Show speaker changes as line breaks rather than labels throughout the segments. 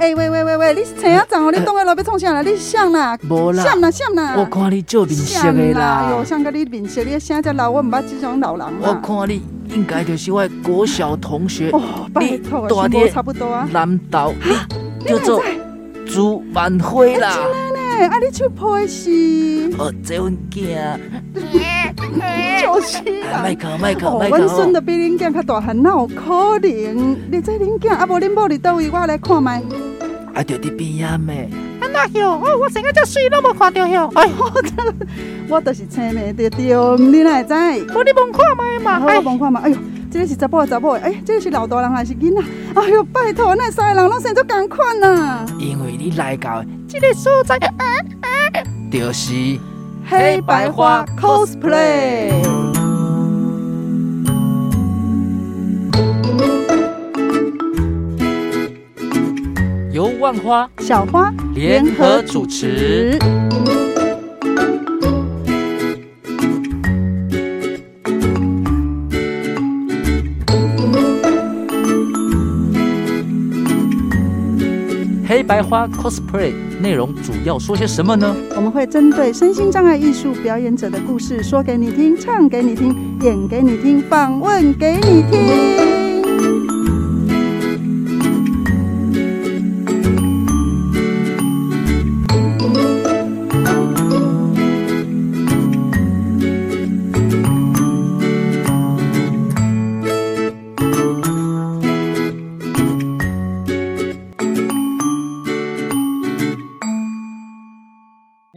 哎诶，你是青啊长哦，你当个老要创啥啦？你是谁啦？
无啦
谁啦？谁啦？
我看你做面色的
谁
啦，
哟，像个你面色，你声遮老，我毋捌即种老人
我
啊。
看你应该就是我的国小同学，
哦，拜托啊，
大
是
爹
无差不多啊。
南投，你叫做朱万辉啦。
哎，啊，你手批是？
哦，这份囝，哎
就是啦
麦。克麦克
哦，
麦克
阮孙，就比恁囝较大汉，哪有可能？你这恁囝啊，无恁某伫倒位，我来看卖。
啊，就伫边仔咩？
那哟，哦，我整个只水拢无看到哟，哎，
我就是青梅着着，你哪会知？
我你望看麦嘛，
好，
哎
我，望看嘛。哎哟，这个是查甫的查某的，哎，这个是老大人还是囡仔？ 哎哟，拜托，那三个人拢生做共款啊！
因为你来到的
这个所在，
啊就是
黑白花 cosplay。
由万花
小花
联合主持。黑白花 cosplay 内容主要说些什么呢？
我们会针对身心障碍艺术表演者的故事说给你听，唱给你听，演给你听，访问给你听。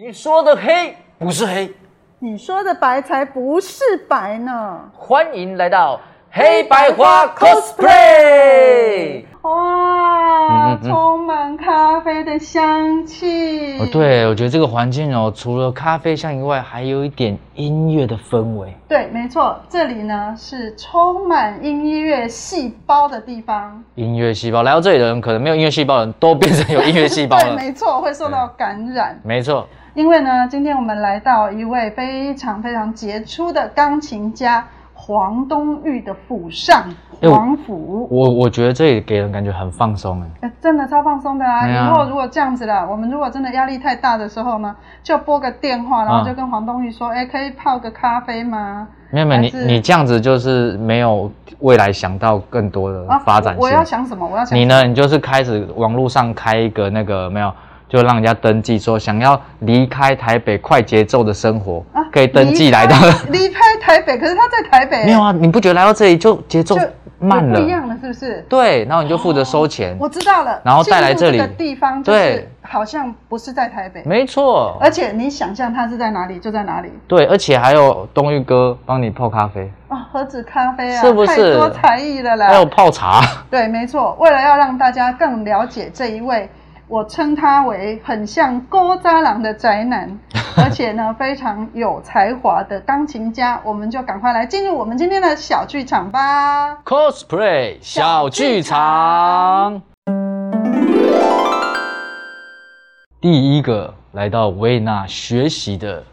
你说的黑不是黑，
你说的白才不是白呢！
欢迎来到黑白花 cosplay。
哇
嗯嗯，嗯
充满咖啡的香气。
哦，对，我觉得这个环境哦，除了咖啡香以外，还有一点音乐的氛围。
对，没错，这里呢是充满音乐细胞的地方。
音乐细胞来到这里的人，可能没有音乐细胞的人都变成有音乐细胞
对，
了。
没错，会受到感染。
没错，
因为呢，今天我们来到一位非常非常杰出的钢琴家黄东玉的府上
哎我
黄府。
我我觉得这里给人感觉很放松哎。
呃真的超放松的啊！
哎呀
以后如果这样子啦，我们如果真的压力太大的时候呢，就拨个电话，然后
嗯
就跟黄东玉说：“哎、可以泡个咖啡吗
妹妹，你
还是
你这样子就是没有未来想到更多的？”发展
啊我我要
性。
想什么？我要想
你呢？你就是开始网络上开一个那个没有，就让人家登记说想要离开台北快节奏的生活，
啊
可以登记来到。
离开离开台北，可是他在台北，
没有啊，你不觉得来到这里就节奏
就
慢
不一
了？
样哦了，是不是？
对，然后你就负责收钱。
我知道了，
然后带来这里
进入个地方，就是
对
好像不是在台北，
没错，
而且你想象它是在哪里就在哪里
对，而且还有东玉哥帮你泡咖啡，
啊！何止咖啡啊，
是哎不是
太多才艺了
还有
啦！
泡茶。
对，没错。为了要让大家更了解这一位，我称他为很像郭渣郎的宅 男，而且呢非常有才华的钢琴家，我们就赶快来进入我们今天的小剧场吧。
cosplay
小
小
剧
剧
场
场。第一个来到维也纳学习的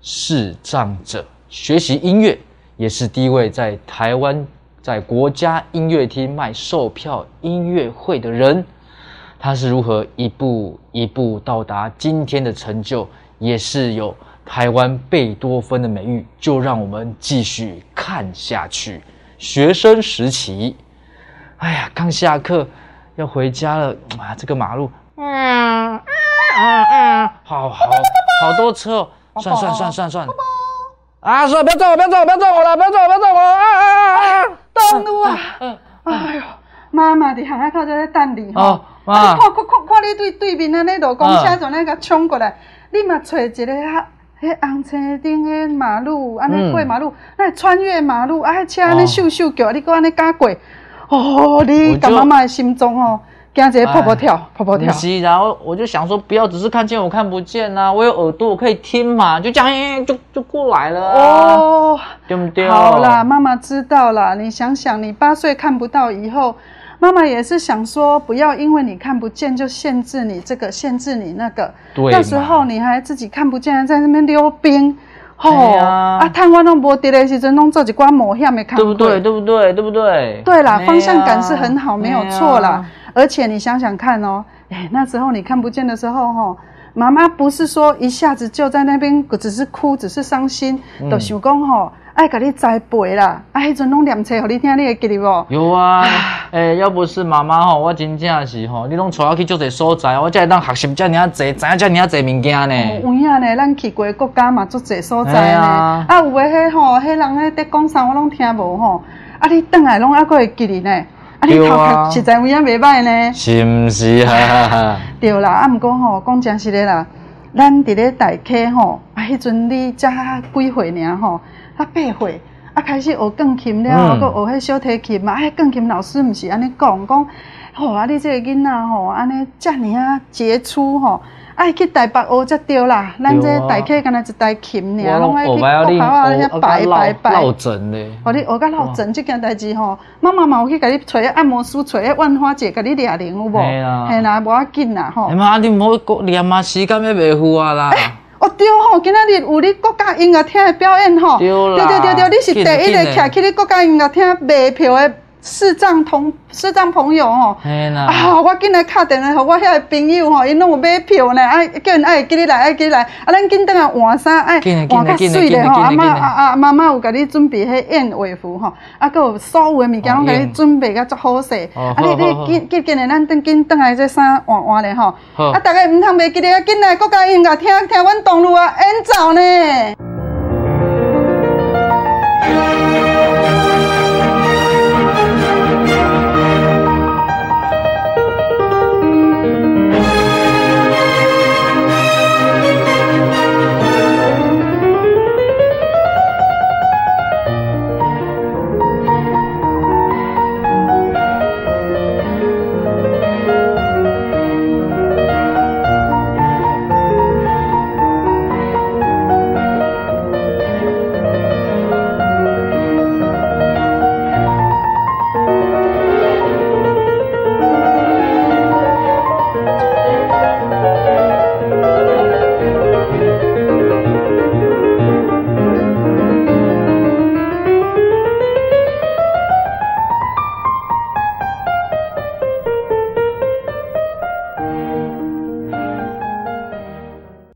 视障者，学习音乐，也是第一位在台湾在国家音乐厅卖售票音乐会的人。他是如何一步一步到达今天的成就，也是有台湾贝多芬的美誉。就让我们继续看下去。学生时期，哎呀，刚下课要回家了啊，这个马路，嗯啊啊，好好好多车哦，算算算算算。啊！算了，不要撞我，不要撞我，不要撞我了，不要撞我，不要撞我！啊啊啊啊！
动怒啊！
嗯
哎呦，妈妈伫巷仔口在咧等你吼
哦，妈
啊你看看看看你对对面安尼路公车
嗯
从那个冲过来，你嘛找一个遐迄红车顶迄马路，安尼
嗯
过马路，那穿越马路，啊，迄车安尼
哦
咻咻叫，你搁安尼敢过？哦，你
我
甲
就哎
妈妈的心中哦，惊一个泡泡跳，泡泡
不
跳。
是，然后我就想说，不要只是看见我看不见呐、我有耳朵，我可以听嘛，就这样，哎就就过来了、啊，哦，
哦，
对不对？
好啦，，妈妈知道啦。你想想，你八岁看不到以后，妈妈也是想说，不要因为你看不见就限制你这个，限制你那个。
对嘛
那时候你还自己看不见，还在那边溜冰。吼、
哎呀
啊，台湾拢无伫咧时阵，拢做一寡冒险的工
对不
作
对？对不对？对不对？
对啦
哎呀
方向感是很好没有错啦。
哎呀
而且你想想看哦，哎，那时候你看不见的时候，吼，妈妈不是说一下子就在那边只是哭，只是伤心，
嗯
就想讲吼，爱给你栽培啦，啊，迄阵拢念册，互你听，你会记得无？
有啊， 诶、要不是妈妈吼，我真正是吼，你拢带我去足侪所在，我才会当学习遮尔啊侪，知影遮尔啊侪物件
哦
呢。
有影呢，咱去过的国家嘛，足侪所在
哎
呢。
呀
啊，有诶，迄吼，迄人咧在讲啥，我拢听无吼。啊，你转来拢还佫会记哩呢。啊，你
对
头
啊
壳实在有影袂歹呢。
是 毋是 啊？
对啦，啊，毋过吼，讲真实诶啦，咱伫咧大溪吼，啊，迄阵你才几岁尔吼，啊，八岁。啊，开始学钢琴了，
嗯
啊，佫学迄小提琴嘛。啊，迄钢琴老师毋是安尼讲，讲吼、啊，你即个囡仔吼，安尼遮尔啊杰出吼，爱去台北学才对啦。咱
对
这
啊
台客敢若一台琴
我
尔，拢
拢
爱去
学
国
白啊，你
校啊，遐
学
摆摆摆。
落
哦，
枕咧。
你学到落枕即件代志吼，妈妈嘛有去甲你找按摩师，找万花姐甲你掠铃有无？
嘿啊
嘿啦，无要紧啦吼
哎。妈，你唔好讲念啊，时间要袂赴啊啦。
哦对吼，今仔日有你国家音乐厅的表演吼，
对啦
对对对，你是第一
紧的
个徛去你国家音乐厅卖票的视障同视障朋友吼。
嘿啦，
啊！我紧来敲电话，互我遐个朋友吼，因拢有买票呢，啊，叫因爱记你来，爱记你来，啊，咱紧等下换衫，爱
紧的紧的
换较水咧吼，
紧的
啊妈
紧的紧的
啊啊妈妈有甲你准备迄燕尾服吼，啊，佮有所有诶物件拢甲
哦
你
燕
准备甲足好势，
哦
啊，你
好好好
你紧紧紧诶，咱等紧等下这衫换换咧吼，
好
啊，逐个毋通袂记咧，紧来国家音乐厅听阮同路啊演奏呢。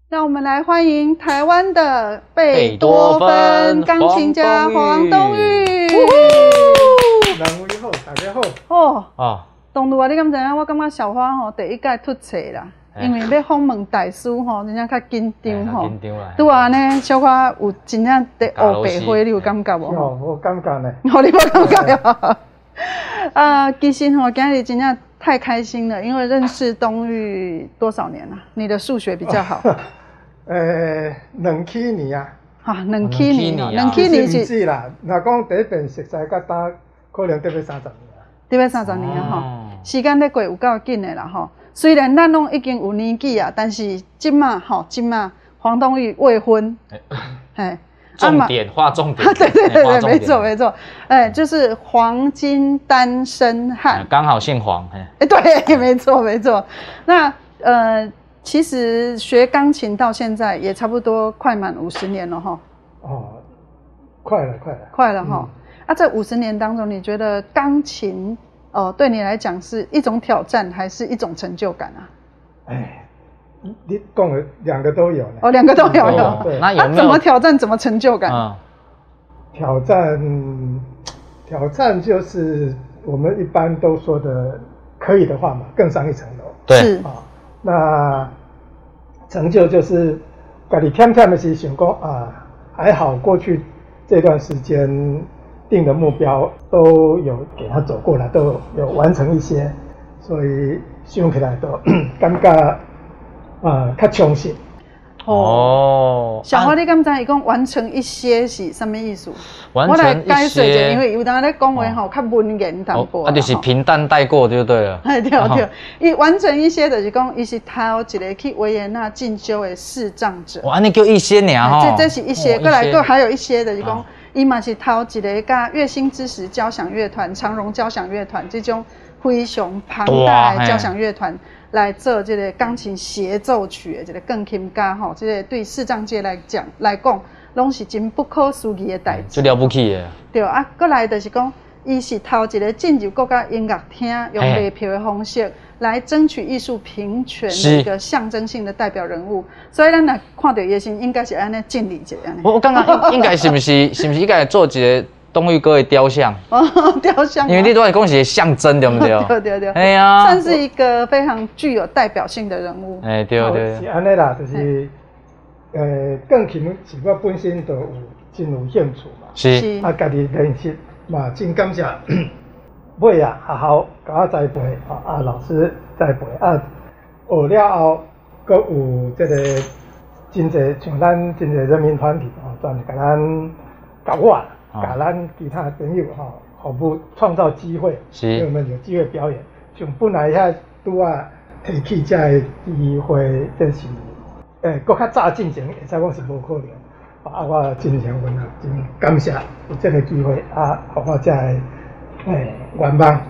让我们来欢迎台湾的贝多芬
贝多芬
钢琴家
黄
黄
东
东
玉
玉。
人你好，大家好。
哦。
哦，
当然啊，你敢知影？我感觉小花吼第一届出册啦，
哎
因为要访问大师吼，人家较紧张
哎
吼
紧。张啦。
拄啊呢，小花有真正伫
老
学
师
白花，你哎有感觉无？
哦，我感觉呢，
哦，你无感觉啊？啊，其实吼，今日真正太开心了，因为认识东玉多少年了？你的数学比较好啊
呃，两起年啊，
哈，两七年
哦
哦，
两
两
起
七年
是毋
是
止啦。若讲第一遍熟悉甲呾，可能得要三十年啊。
得要三十年啊
哦
吼。时间咧过有够紧的啦吼。虽然咱拢已经有年纪啊，但是即马吼，即马黄东玉未婚，哎，
重点画重点
啊嘛， 对对
哎
对对，
画重
没
点
错没错，哎，就是黄金单身汉
哎，刚好姓黄，嘿
哎， 对，没错没错。那呃，其实学钢琴到现在也差不多快满五十年了哈，
哦，快了，快了。
快了
嗯
哈。啊，这五十年当中，你觉得钢琴呃对你来讲是一种挑战，还是一种成就感啊？
哎，你你讲的两个都有呢。
哦，两个都有
哦
有。
对
那有
啊，
没
怎么
有？
挑战，怎么成就感？
嗯，
挑战，挑战就是我们一般都说的，可以的话嘛，更上一层楼。
对，
是
啊、那成就就是，家己跳跳的是想讲啊，还好过去这段时间定的目标都有给他走过来，都有完成一些，所以想起来都 感觉啊、较充实。
哦。
哦，
小
啊
花，你刚才一共完成一些是什么意思？
完
我来
成
解
一
释一下，因
些，哦
为有当咧讲话吼，较文言淡薄
啊，
啦。
就是
吼
平淡带过就对 了。
哎，对对，伊完成一些就是讲，伊是头一个去维也纳进修的视障者。
哇，那叫一些年
哎
哈，
这这是一些，
哦
过来
一
过
些
还有一些就是
啊
讲，伊嘛是头一个甲月星之石交响乐团、长荣交响乐团这种非常庞大
大嘿
的交响乐团来做这个钢琴协奏曲的这个钢琴家吼，这个对视障界来讲来讲，拢是真不可思议的代志。
就了不 起耶！
对啊，过来就是讲，伊是头一个进入国家音乐厅，用
嘿
卖票的方式来争取艺术平权的
是
一个象征性的代表人物。所以咱若看到叶心，应该是安尼敬礼一下安尼。
我我刚刚 应应该是 不是是不是应该做一个董玉哥的雕像？
哦，雕像啊，
因为你都在讲是一个象征，对不
对
对？
对对，
哎呀，
算是一个非常具有代表性的人物。
哎，对对
哦是
对，
安尼啦，就是呃，钢琴是我本身就有真有兴趣嘛，
是
啊，家己练习嘛，真感谢 尾啊学校甲我栽培，啊啊老师栽培啊，学了后，佫有即、个真侪像咱真侪人民团体吼，专门甲咱甲我啦，
哦
甲咱其他朋友吼，服务创造机会，
是
让我们有机会表演。像本来遐拄啊提起遮个机会，这是诶，搁较早进前，会使我是无可能。啊，我真幸运啊，真感谢有这个机会啊，互我遮个诶愿望啊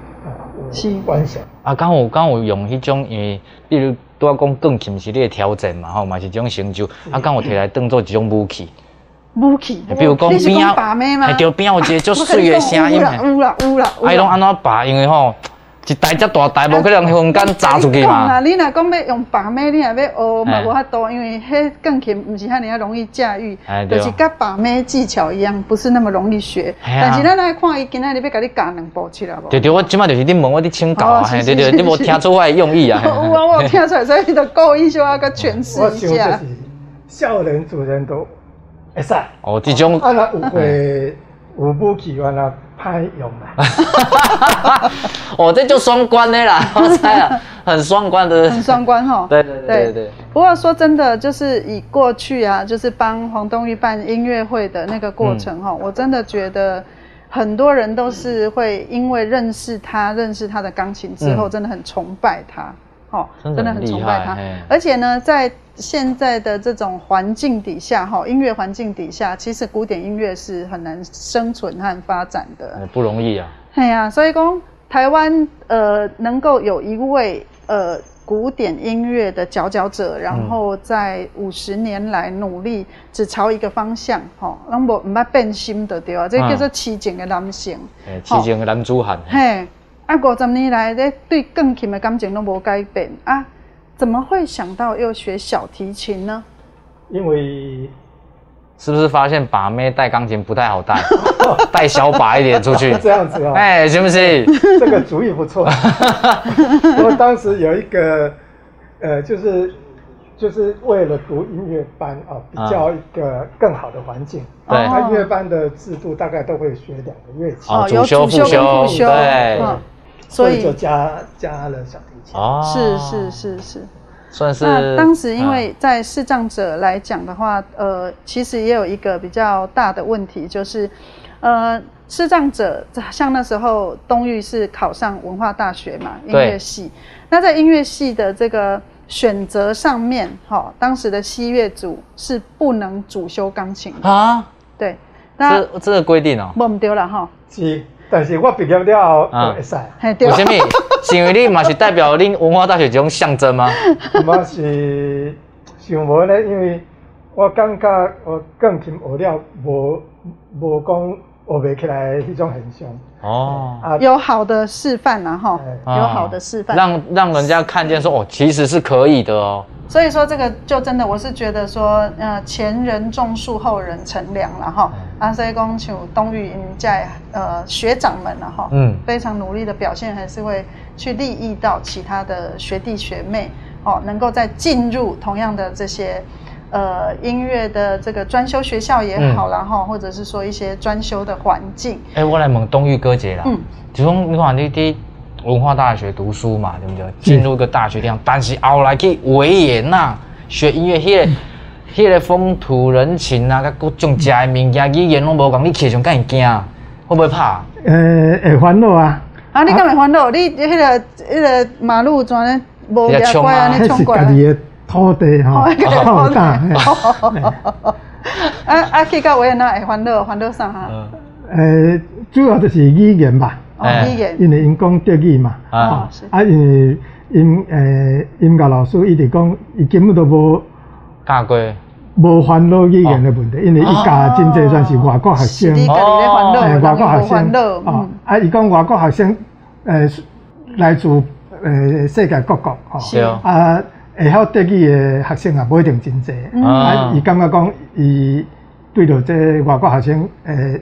是
有完成。
啊，敢有敢有用迄种，因为比如拄啊讲钢琴是你的挑战嘛吼，嘛是一种成就，啊，敢有摕来当做一种武器？
武器，
比如讲
你是
边
讲
啊
把妹吗？
哎对边啊有一个足水的声音
我 跟你讲有啦有啦有啦
啊，伊
有
拢
啦。
安怎拔？因为吼，一台遮大台，无可能瞬间砸出
啊我跟你
去
讲啊
嘛。
你若讲要用把妹，你若要学嘛
哎
无法度，因为迄钢琴毋是遐尼啊容易驾驭
哎，对
就是甲把妹技巧一样，不是那么容易学。
哎呀
但是咱来看伊今仔日要甲你教两步出来无？
对对，我即摆就是你问我你请教
哦
啊，
是
嘿，
是
对对，
是
你无
是
听出我的用意 啊。嘿
有
嘿
啊，我有听出来，所以就故意小啊个诠释
我
一
想
下
呃这。是少年主人都会使。
哦，即种
啊，若有会有武器，原来歹用啦。
哦，这就双关的 啦，我猜啊，很双关的，
很双关哈。
对对对对对
不过说真的，就是以过去啊，就是帮黄东玉办音乐会的那个过程
嗯
哈、我真的觉得很多人都是会因为认识他、认识他的钢琴之后，
嗯
真的很崇拜他，哦，
真的
真的
很
很
厉
崇拜
害
他
嘿。
而且呢，在现在的这种环境底下哈，音乐环境底下，其实古典音乐是很难生存和发展的。
哎不容易啊。
哎呀、所以讲台湾呃能够有一位呃古典音乐的佼佼者，然后在五十年来努力只朝一个方向，吼、那么唔捌变心的对啊，这
嗯
叫做痴情的男性，
哎，痴情的男子汉，
嘿，啊五十年来咧对钢琴的感情都无改变啊，怎么会想到要学小提琴呢？
因为
是不是发现把妹带钢琴不太好带， 带小把一点出去？
这样子哦，
哎，是不是？
这个主意 不错。我当时有一个，呃，就是就是为了读音乐班哦，比较一个更好的环境。
对
他音乐班的制度大概都会学两个乐器，
哦
有
主修
主修
副
跟
修
副修，
对
嗯所
所以
以
就加加了小提琴。
哦
是是，是是。
算是。
那当时因
嗯
为在视障者来讲的话，呃，其实也有一个比较大的问题，就是，呃，视障者像那时候东玉是考上文化大学嘛，音乐
对
系，那在音乐系的这个选择上面，哈、当时的西乐组是不能主修钢琴的，
啊，
对，那
这这个规定哦，
我们丢了哈，
是，但是我毕业了后
啊
就会使，
嘿丢
为
了
什，么？是因为你嘛是代表恁文化大学这种象征吗？
我是想无咧，因为我感觉我钢琴学了无无讲学袂起来迄种现象。
哦，
啊，
有好的示范啦哈，
啊
哎
有好的示范。
让让人家看见说哦，其实是可以的哦。
所以说这个就真的，我是觉得说，呃，前人种树，后人乘凉了
嗯
哈。啊，所以讲像东玉人家呃学长们了哈，
嗯
非常努力的表现，还是会去利益到其他的学弟学妹哦，能够再进入同样的这些。呃，音乐的这个专修学校也好
嗯
啦，然后、或者是说一些专修的环境，
哎、我来问东玉哥姐啦，
嗯
就讲你看你伫文化大学读书嘛，对不对？进入一个大学这样，但是后来去维也纳学音乐，迄、个。迄个风土人情啊，甲各种食的物件、语言拢无共，你去上敢会惊？会不会怕？
呃，会烦恼啊，
啊，你敢会烦恼？你迄、那个、迄、个马路怎呢？无
你要
抓
冲
乖
啊
安尼
迄
冲
是
过
家
来
己？的土地吼，
哦
靠大，嘿
啊啊，去到维也纳会欢乐，欢乐啥哈？
嗯，
呃，主要就是语言吧，
哦，
哎
语言
因为因讲德语嘛，
啊
吼
是
啊，因为因呃音乐老师一直讲，伊根本都无
教过，
无烦恼语言的问
哦
题，因为伊教的真济算是外国学
是你
生
家，己咧烦恼，
诶，
人
外国
哎家
学
无烦
生
恼，，
哦
嗯，，
啊，伊讲外国学生，诶，来自诶世界各国，哦，
是
对哦，
啊，会晓德语的学生也无一定真济，
嗯
啊，
啊
伊，感觉讲，伊对着这外国学生诶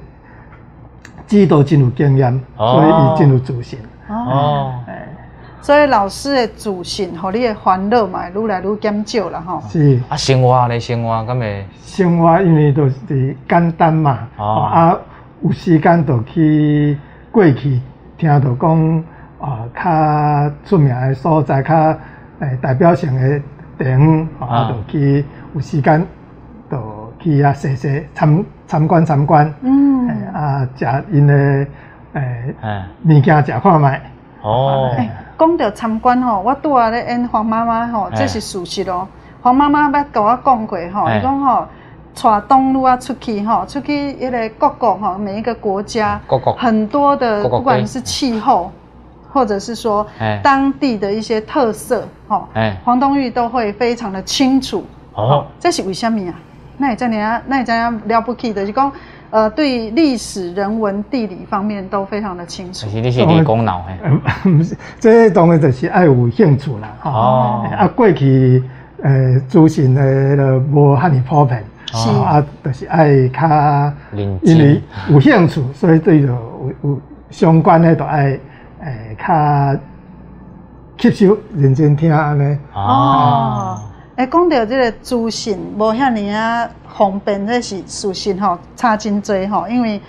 指导真有经验，
哦
所以伊真有自信。
哦，
哦，
诶，
所以老师的自信，互你的烦恼嘛，愈来愈减少啦吼。
是
啊，生活咧，生活敢会？
生活，因为就是简单嘛，
哦
哦啊，有时间就去过去听到讲啊，较出名的所在，较诶代表性的地方，哦
啊
啊，就去有时间就去遐踅踅参参观参观，诶
嗯，
啊，食因的诶
哎，
物件食看卖。
哦，
讲到参观吼，我拄仔咧演黄妈妈吼，
哎
这是事实咯。黄妈妈捌甲我讲过吼，
哎
伊讲吼，带东路啊出去吼，出去迄个各国吼，每一个国家
各国
很多的，
各国
不管是气候，或者是说
哎
当地的一些特色吼，
哎，
黄东玉都会非常的清楚。
哦，
这是为什么啊？那也这样，那也这样了不起的，就是讲，呃，对历史、人文、地理方面都非常的清楚
但。是你是理工脑嘿，
嗯，不是，这当然就是爱有兴趣啦，吼、
哦
啊，过去诶，资讯诶，就无遐尼普遍，
是
哦啊，就是爱较
认真
因为有兴趣，所以对着有有相关诶，就爱诶较吸收、认真听安尼。
哦
哦，，
哎，讲到这个资讯无遐尼啊方便，这是事实吼，差真多吼。因为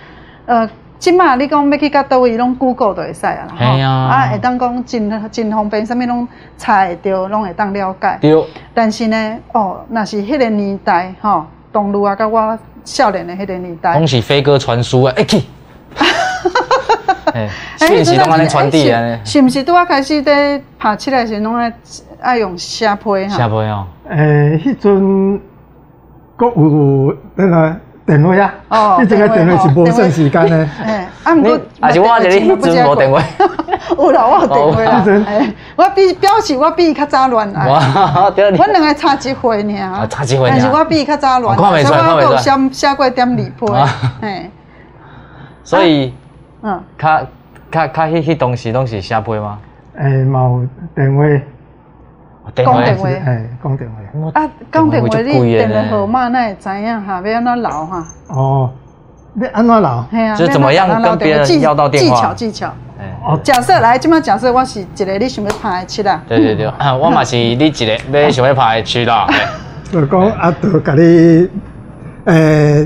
呃，即马你讲要去到倒位，拢 Google 都会使啊啦。吼
嘿啊
啊，会当讲真真方便，啥物拢查会着，拢会当了解。
对，
但是呢，哦，若是迄个年代吼，同路啊，甲我少年的迄个年代，
拢是飞鸽传书啊，哎去，哎，
哎
讯息
那阵
都安
啊
尼传递
真的
安
哎
尼
是，是毋是拄啊开始在拍起来时，拢爱爱用写批哈？
下辈哦，
诶，呃迄阵国有那个电话啊，
哦
你这个电话是无算时间诶。
哎，啊，毋
你
过，
还是我这里
不接
真无电话，
有啦，我有电话
哦有
啦
阵。
哎，我比表示我比伊较早恋爱，
哇，对你
阮两个差一岁
啊
尔，
差一岁尔
哎但是我比伊较早恋
哦看
爱，
袂出来
我还有
看
写写过点离批
啊。
哎，
所以
嗯，
较较较迄迄当时拢是下辈吗？
诶，呃嘛有电话，
讲
电
电话
是诶，讲电话。
啊，讲电话
电
你
话就贵的
电
呢
话号码那会知影哈，要安怎留哈？
哦，你安怎留？
嘿啊，
就是怎么样
要怎留
跟别人
电话技
要到电话
技巧技巧。
哎
哦
假设来，即摆假设我是一个你想要拍的七啦，
对对对，啊我嘛是你一个要想要拍的区 啦，哎
就讲啊，就甲你，诶、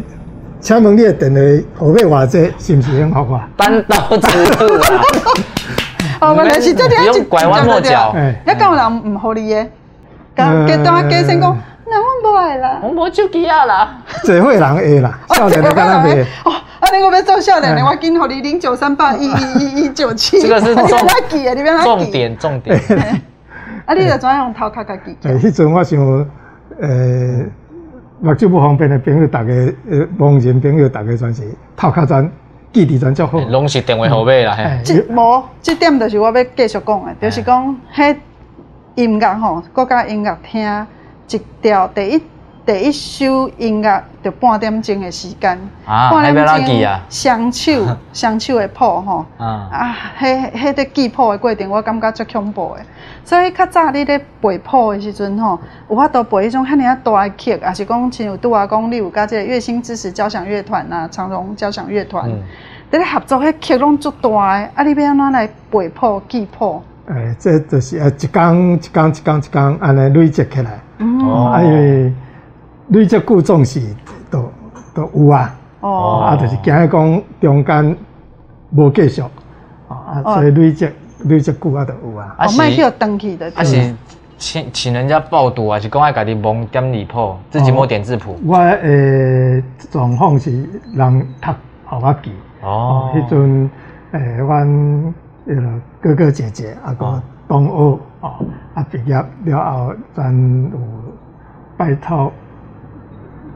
请问你的电话号码偌济，是毋是用互我？
单刀直入 啊，
哦，原来是这样
不用拐弯抹角
哎
你讲人毋好你的，讲
呃
给当给先讲，那我无爱啦。
侪岁人会啦，少年的敢若袂。
哦，啊，你我要做少年的，
哎
我紧互你零九三八一一一一九七。
这个是 重
你要记的，你要
重。点重点，
啊，你就怎样用头壳甲记起
诶、
来？
迄阵我想，诶、目睭不方便的朋友，逐个呃，盲人朋友，逐个全是头壳全记忆全足好。
拢是电话号码啦，嘿
哎
这无，
啊
这点就是我要继续讲的，
哎
就是讲迄音乐吼，国家音乐厅一条第一第一首音乐就半点钟的时间，
啊
半
还要哪记啊
双手双手的谱吼。
啊，
啊，迄迄个记谱的过程，我感觉足恐怖的。所以较早你咧背谱的时阵吼，有法度背迄种遐尼啊大的曲，也是讲亲像拄啊讲，你有甲即个月星支持交响乐团啊、长荣交响乐团，伫
嗯
咧合作迄曲拢足大的，啊，你要安怎来背谱记谱？
诶、这就是啊，一工一工一工一工安尼累积起来。
嗯，
哦
啊，因为累积久总是都都有啊。
哦，
啊，就是惊日讲中间无继
哦
续，啊，所以累积累积久啊，就有啊。
啊
哦，
是
莫叫登去的，
啊是请请人家报读，啊还是讲爱家己蒙点离谱，自
哦
己摸点字谱？
我诶状况是人读互我记，
哦
哦，，迄阵诶，阮迄个哥哥姐姐啊
哦
个同学哦，啊毕业了后，咱有拜托，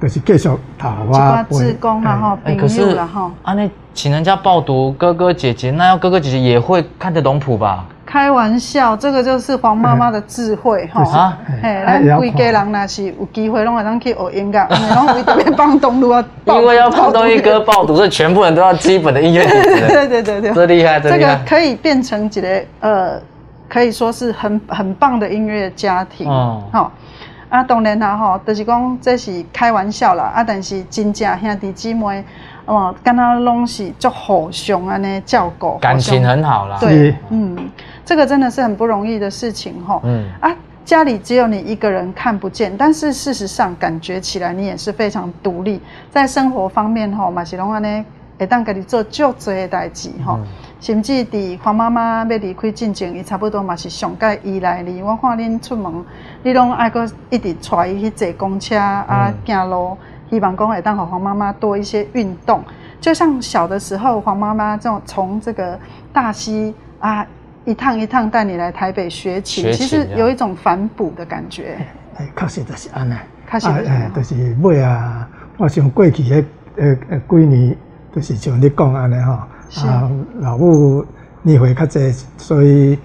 就是继续读
一
互
寡
我
志工啦吼，
哎
朋
可
友
是
啦吼，
啊，那请人家报读哥哥姐姐，那要哥哥姐姐也会看得懂谱吧？
开玩笑，这个就是黄妈妈的智慧哈。
就是
啊
嘿，
啊
咱
也要
规家
看
人若是有机会，拢会当去学音乐，因为拢为特别帮东路啊，
因为要帮东 一哥爆肚，所以全部人都要基本的音乐底子了。
对对 对 对，
这厉害，这
这
厉
个
害。
可以变成几个呃，可以说是很很棒的音乐家庭。
哦
好、啊，当然啦，吼，就是讲这是开玩笑啦，啊，但是真正兄弟姊妹，哦、敢若拢是足互相安尼照顾，
感情啊
互相
很好啦。
对
是，
嗯，这个真的是很不容易的事情吼。
嗯，
啊，家里只有你一个人看不见，但是事实上感觉起来你也是非常独立，在生活方面吼，马是拢安尼会当家己做足多的代志吼
嗯。
甚至伫黄妈妈要离开进前，伊差不多嘛是上届依赖你。我看恁出门，你拢爱搁一直带伊去坐公车啊
嗯、
行路，希望讲会当互黄妈妈多一些运动。就像小的时候，黄妈妈这种从这个大溪啊一趟一趟带你来台北学琴，
学琴
其实
这样
有一种反哺的感觉。
哎，确实就是安尼。
确实
啊
就是这样
哎，就是尾啊，我想过去迄呃呃几年，就是像你讲安尼吼，
是
啊，老母年岁较济，所以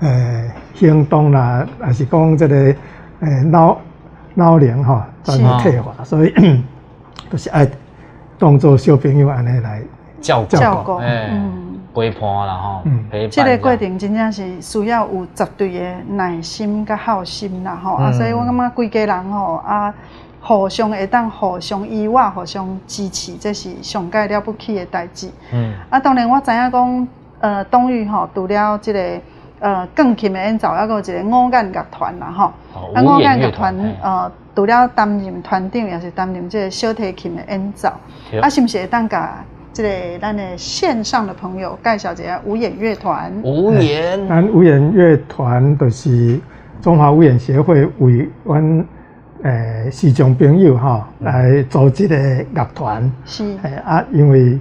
呃行动啦，也是讲即、个呃脑脑龄吼，全部退化，所以 就是爱当做小朋友安尼来。
照顾，
照顾嗯
嗯，陪伴啦吼
嗯，
陪伴。
这个过，程真正是需要有绝对的耐心甲孝心啦吼、啊，
嗯
所以我感觉规家人吼啊，互相会当互相依偎、互相支持，这是上界了不起的代志。
嗯，
啊，当然我知影讲，呃，东宇吼除了这个呃钢琴的演奏，还有一个五眼乐团啦吼。
好
啊，
五
我
眼
眼乐
乐
团
团，
呃，除了担任团长，也是担任这个小提琴的演奏。
对
啊，是不是会当甲这个咱的线上的朋友介绍一下五眼乐团？
五
嗯
眼，
咱五眼乐团就是中华五眼协会为阮诶视障朋友吼、来组织的乐团。
是
诶啊，因为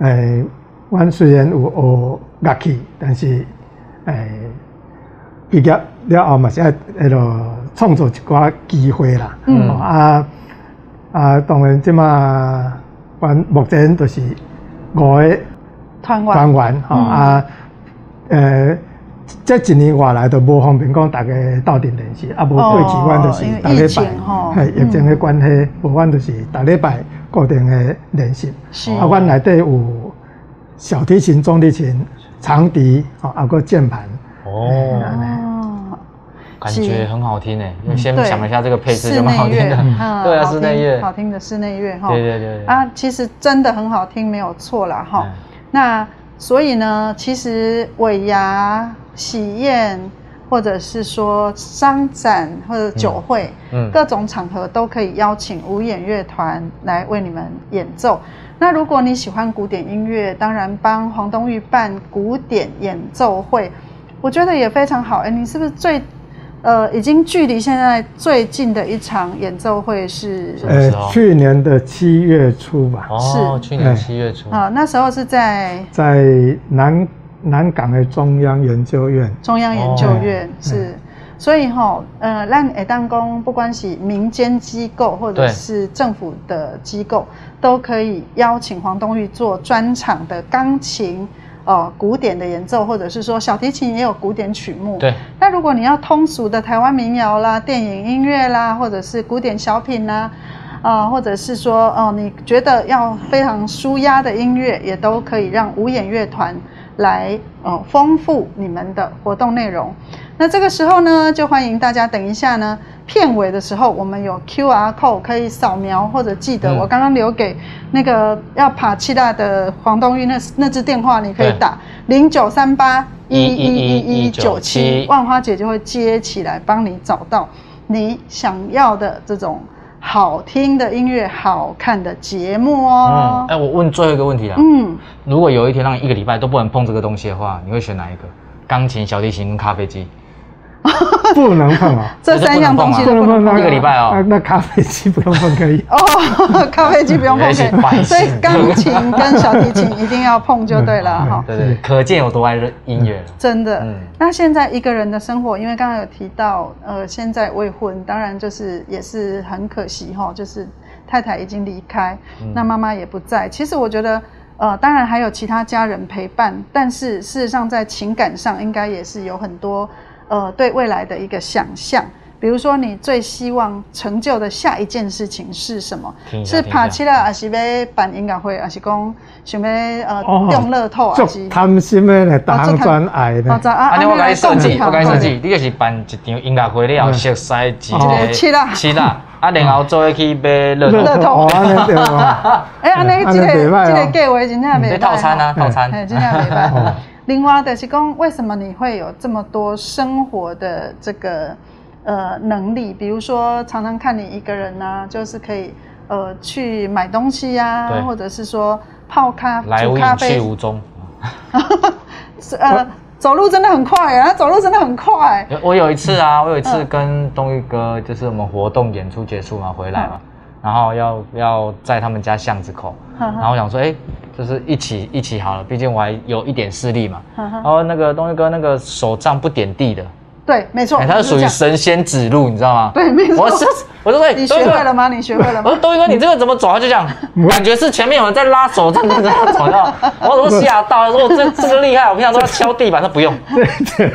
诶，阮虽然有学乐器，但是诶毕业了后嘛是爱迄落创造一寡机会啦。
嗯
哦啊啊，当然即嘛，阮目前就是五个
团
团
员，
员吼
嗯
啊，诶。这一年外来都无方便讲，大家斗阵练习，啊无
哦
过去阮就是
因为
逐
疫
礼
情哦
哦
吼
拜，系
嗯
疫情的关系，无阮就是逐礼拜固定的练习。
是
啊，阮内底有小提琴、中提琴、长笛，吼，啊个键盘，
哦，
哦，
感觉很好听欸诶。因为先
对
想了一下这个配置
室
就蛮好
内
听
乐
的，
嗯，
对啊，
好
室内
听
乐，
好听的室内乐哈。
对对对对
啊，其实真的很好听，没有错啦哈。
嗯
那所以呢，其实尾牙、喜宴，或者是说商展或者酒会，
嗯嗯
各种场合都可以邀请五眼乐团来为你们演奏。那如果你喜欢古典音乐，当然帮黄东玉办古典演奏会，我觉得也非常好。哎，你是不是最呃，已经距离现在最近的一场演奏会是
什么时候
呃去年的七月初吧，
哦，
是
去年
哎
七月初，
啊、那时候是在
在南南港的中央研究院，
中央研究院、
哦
是，所以吼、呃，让会当讲，不管是民间机构或者
对
是政府的机构，都可以邀请黄东玉做专场的钢琴。呃，古典的演奏，或者是说小提琴也有古典曲目。
对，
那如果你要通俗的台湾民谣啦、电影音乐啦，或者是古典小品啦，啊、或者是说哦、你觉得要非常舒压的音乐，也都可以让五眼乐团来呃丰富你们的活动内容。那这个时候呢，就欢迎大家等一下呢，片尾的时候我们有 Q R code 可以扫描或者记得
嗯
我刚刚留给那个要爬七大的黄东玉那那支电话，你可以
对
打零九三八一一一一九七
1111997
万花姐就会接起来帮你找到你想要的这种好听的音乐、好看的节目
嗯
哦，。
哎，我问最后一个问题啊，
嗯，
如果有一天让你一个礼拜都不能碰这个东西的话，你会选哪一个？钢琴、小提琴跟咖啡机？
不能碰哦，
这三样东西
这
都
个
不能碰。
那
一个礼拜哦
那那咖啡机不用碰可以
哦，咖啡机不 用碰，
哎
可以
不好意思
所以钢琴跟小提琴一定要碰就对了哈。
嗯对
嗯
对，可见有多爱热音乐了。
真的。
嗯
那现在一个人的生活，因为刚刚有提到，呃，现在未婚，当然就是也是很可惜哈，就是太太已经离开，那妈妈也不在。其实我觉得，
呃，当然还有其他家人陪伴，但是事实上在情感上应该也是有很多呃对未来的一个想象。比如说，你最希望成就的下一件事情是什么？
听一下
是
听一
爬
下
起来，还是要办音乐会，还是讲想要呃
哦
中乐透，还是
足？贪心的呢，打
哦
行
足贪
专爱
哦
呢，
知道啊
安尼我甲你设计，我甲你设。
啊
计，你就是办一场音乐会了，
嗯
熟悉一
哦
个
七啦
七 啦，啊，然后做伙去买乐
乐
透，
透
哦，安尼对哦，
哎，安尼
嗯
这
安尼
个
不错哦
这个计划真正
这
袂
套餐啊，
嗯
套餐
哎， 真正袂歹
哦。
另外就是讲，为什么你会有这么多生活的这个呃能力？比如说，常常看你一个人啊，就是可以呃去买东西呀、
对
啊，或者是说泡咖、
来
煮
无
咖
影去
啡，
无踪。
是呃走路真的很快啊，走路真的很快。
有我有一次啊，我有一
嗯
次跟东玉哥，就是我们活动演出结束嘛，回
嗯
来嘛，然后要要在他们家巷子口，
然
然后我想说，哎、就是一起一起好了，毕竟我还有一点视力嘛。然
后
后那个东玉哥那个手杖不点地的，
对，没错
哎，，他是属
哦就这
于
样
神仙指路，你知道吗？
对，没错。
我是我就说，哎
你学
东玉哥
会了吗？你学会了吗
我说？东宇哥，你这个怎么走？啊他就这样，感觉是前面有人在拉手杖，跟着他走到。我都吓到，我说这这个厉害，啊我平常都要敲地板，他不用。
对啊对，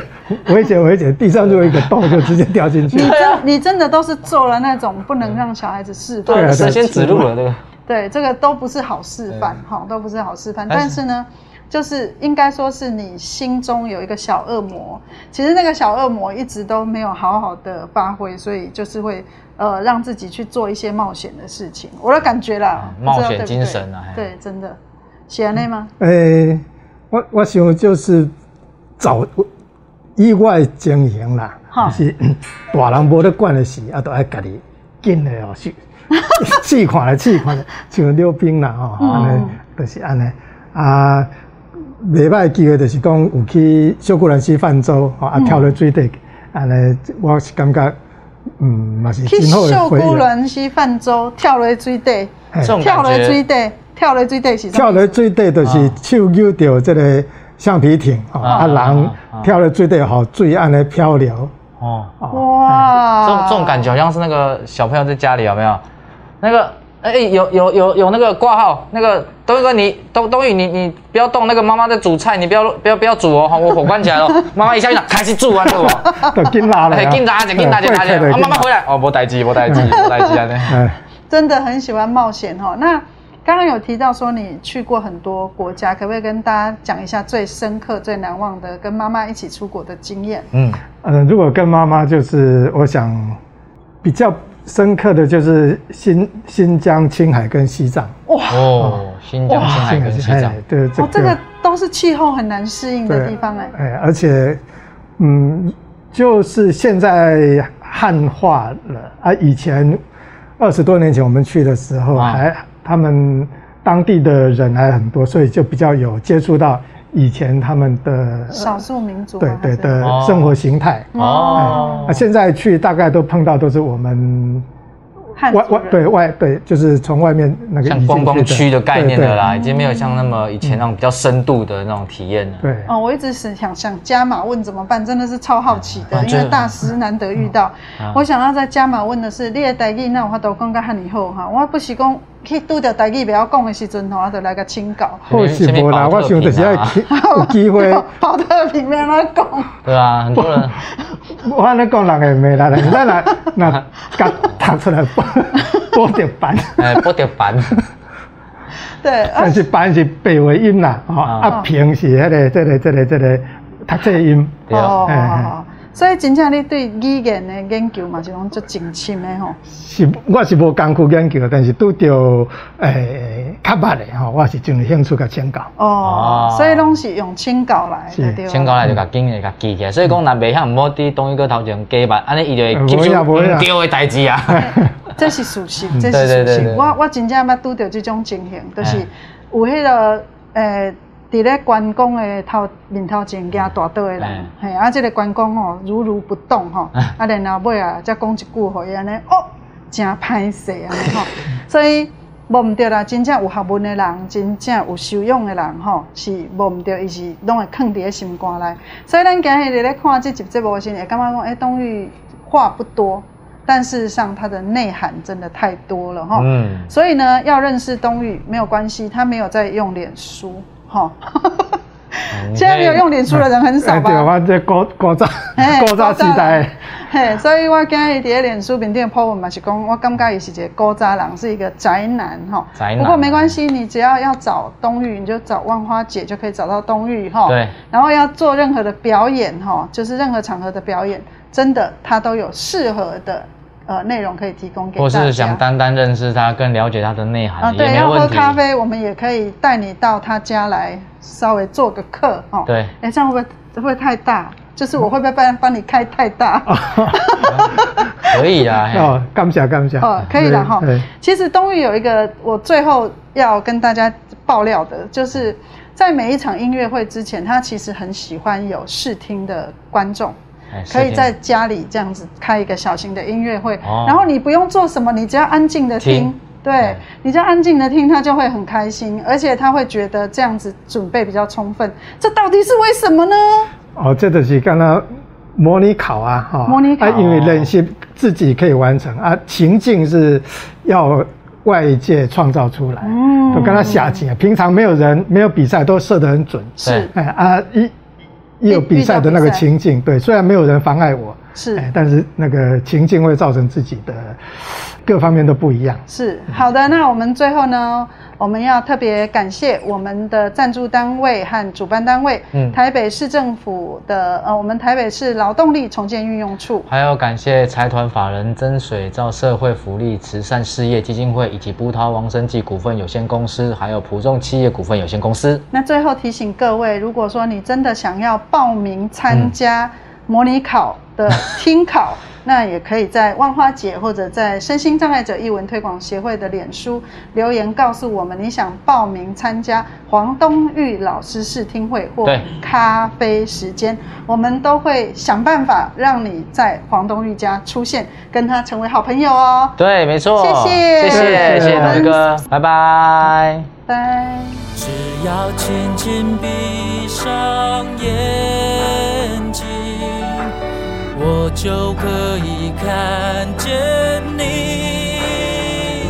危险危险，地上就有一个洞，就直接掉进去
你。真你真的都是做了那种不能让小孩子示范
对
的
啊对啊
神仙指路了，对吧？
对，这个都不是好示范，哈，都不是好示范。但是呢，就是应该说是 你心中有一个小恶魔，其实那个小恶魔一直都没有好好的发挥，所以就是会呃让自己去做一些冒险的事情，我的感觉啦，
冒
不知道
险
对不
精
对
神啊嘿
对，真的，喜安内吗？
诶、我我想就是找意外经营啦
哈，
是 大人无得管的事，啊，都爱家己紧的哦，试 试看来试看来，像溜冰啦吼，
嗯
安尼、就是安尼啊，袂歹机会就是讲有去小古兰溪泛舟，吼啊
嗯
跳落水底，安尼、我是感觉嗯嘛是
去
真好的
秀
回
姑
忆。
峦溪泛舟，跳了水底，
嘿
这种
跳
感
了水
觉，
底，跳了水底是什么意思
跳到最底就是手揪着这个橡皮艇，吼
啊
啊人跳到最底，吼水安尼漂流，
哦，
哦，
哇，
这种这种感觉好像是那个小朋友在家里有没有？那个哎、有有有有那个挂号，那个东宇哥你东东宇你你不要动，那个妈妈在煮菜，你不要不要不要煮哦，我火关起来了， 妈妈一下就开始煮啊，对不？
就紧拉了
哎，
啊，
紧打者，紧打者，打者，啊妈妈回来，哦，无代志，无代志，无代志啊，这样
哎，
真的很喜欢冒险哈、哦。那刚刚有提到说你去过很多国家，可不可以跟大家讲一下最深刻、最难忘的跟妈妈一起出国的经验？
嗯，
嗯，如果跟妈妈就是，我想比较深刻的就是新新疆、青海跟西藏，
哦，新疆、青海跟西藏
哎，对这
哦，这个都是气候很难适应的
对
地方哎。
哎，而且，嗯，就是现在汉化了啊。以前二十多年前我们去的时候，
啊
还他们当地的人还很多，所以就比较有接触到以前他们的
少数民族
对
嘛
对
还是
的
哦
生活形态。
哦
啊，，现在去大概都碰到都是我们
汉
外
族
外
人
对外对，就是从外面那个
像
移进
观光区的概念
对
的啦，已经没有像那么以前那种比较深度的那种体验了。
对，对
哦，我一直是想想加码问怎么办，真的是超好奇的，
啊
因
这
为
个
大师难得遇到。
啊
我想要在加码问的是，你的台语那有法度讲到汉以后哈，我不是讲去拄到台语不要讲的时阵吼，我就来个请教。
或许无啦，我
啊
想就是要去有机会。
跑到平面那讲。
对啊，很多人
我安尼讲人会骂啦，人咱 若若甲读出来 报报着班，
啊
哎，不得板，
对，啊
但是班是白话音啦，吼啊平是迄个即个即个即个读册音，
对啊，
嘿
哦，所以真正你对语言的研究嘛是拢足精深的吼。
是我是无工具研究，但是拄着诶较捌的吼，我是真有兴趣甲请教。
哦
哦，
所以拢是用请教来的
是
对了。
先讲来就甲紧的甲记起来，所以讲若袂晓，毋好伫东一哥头前加捌，安尼伊就会吸收
哎不会啊不会
唔
啊
对的代志啊。
这是属实，这
对
是
嗯对
属
对
实
对。
我我真正捌拄着即种情形，就是
哎
有迄个诶，伫咧关公的头面头前行大刀的人
哎，
嘿，啊，即个关公吼如如不动吼，啊，然后尾啊，才讲一句互伊安尼，哦，真歹势安尼吼，所以。无毋对啦，真正有学问的人，真正有修养的人吼，是无毋对，伊是拢会藏伫咧心哎肝内。所以咱今日咧看即集节目时，会感觉讲，诶、欸，董宇话不多，但事实上它的内涵真的太多了哈。
嗯，
所以呢，要认识东宇没有关系，他没有在用脸书 哈。
嗯
现在没有用脸书的人很少
哎对，
吧？
我这古古早
嘿
古早时代，
哎 嘿，所以我今日在脸书面顶 po 文嘛是讲，我感觉也是一个高渣郎，是一个宅男哈。
宅男
不过没关系，你只要要找东玉，你就找万花姐就可以找到东玉哈。
对。
然后要做任何的表演哈，就是任何场合的表演，真的他都有适合的呃内容可以提供给
或
大家。
是想单单认识他，更了解他的内涵、
啊，
也
对，
没
要喝
问题。
咖啡，我们也可以带你到他家来稍微做个客哦。
对
哎，这样会不会会不会太大？就是我会不会帮帮你开太大？
可以啊，嘿
哦，感谢感谢，
哦，可以了哈
对对。
其实东玉有一个我最后要跟大家爆料的，就是在每一场音乐会之前，他其实很喜欢有试听的观众。
哎
可以
是
在家里这样子开一个小型的音乐会，
哦
然后你不用做什么，你只要安静的听，
听
对
对
你只要安静的听，他就会很开心，而且他会觉得这样子准备比较充分。这到底是为什么呢？
哦，这就是刚刚模拟考啊，哈、
模拟考
啊，因为练习自己可以完成啊，情境是要外界创造出来，
嗯
都跟他下棋啊，平常没有人没有比赛都射得很准，
是
哎啊一。一有比赛的那
遇
个
到比赛
情境，对，虽然没有人妨碍我，
是
哎，但是那个情境会造成自己的各方面都不一样。
是好的，那我们最后呢，我们要特别感谢我们的赞助单位和主办单位，
嗯
台北市政府的呃，我们台北市劳动力重建运用处，
还要感谢财团法人真水造社会福利慈善事业基金会，以及葡萄王生技股份有限公司，还有普众企业股份有限公司。
那最后提醒各位，如果说你真的想要报名参加模拟考的听考， 那也可以在万花姐或者在身心障碍者译文推广协会的脸书留言告诉我们，你想报名参加黄东玉老师试听会或
对
咖啡时间，我们都会想办法让你在黄东玉家出现，跟他成为好朋友哦。
对，没错，
谢谢嗯
谢谢，谢谢大哥，拜拜。
拜。
只要轻轻闭上眼睛，我就可以看见你。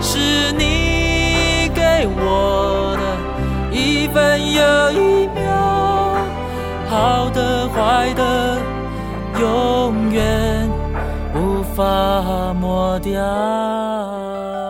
是你给我的一分又一秒，好的坏的，永远无法抹掉。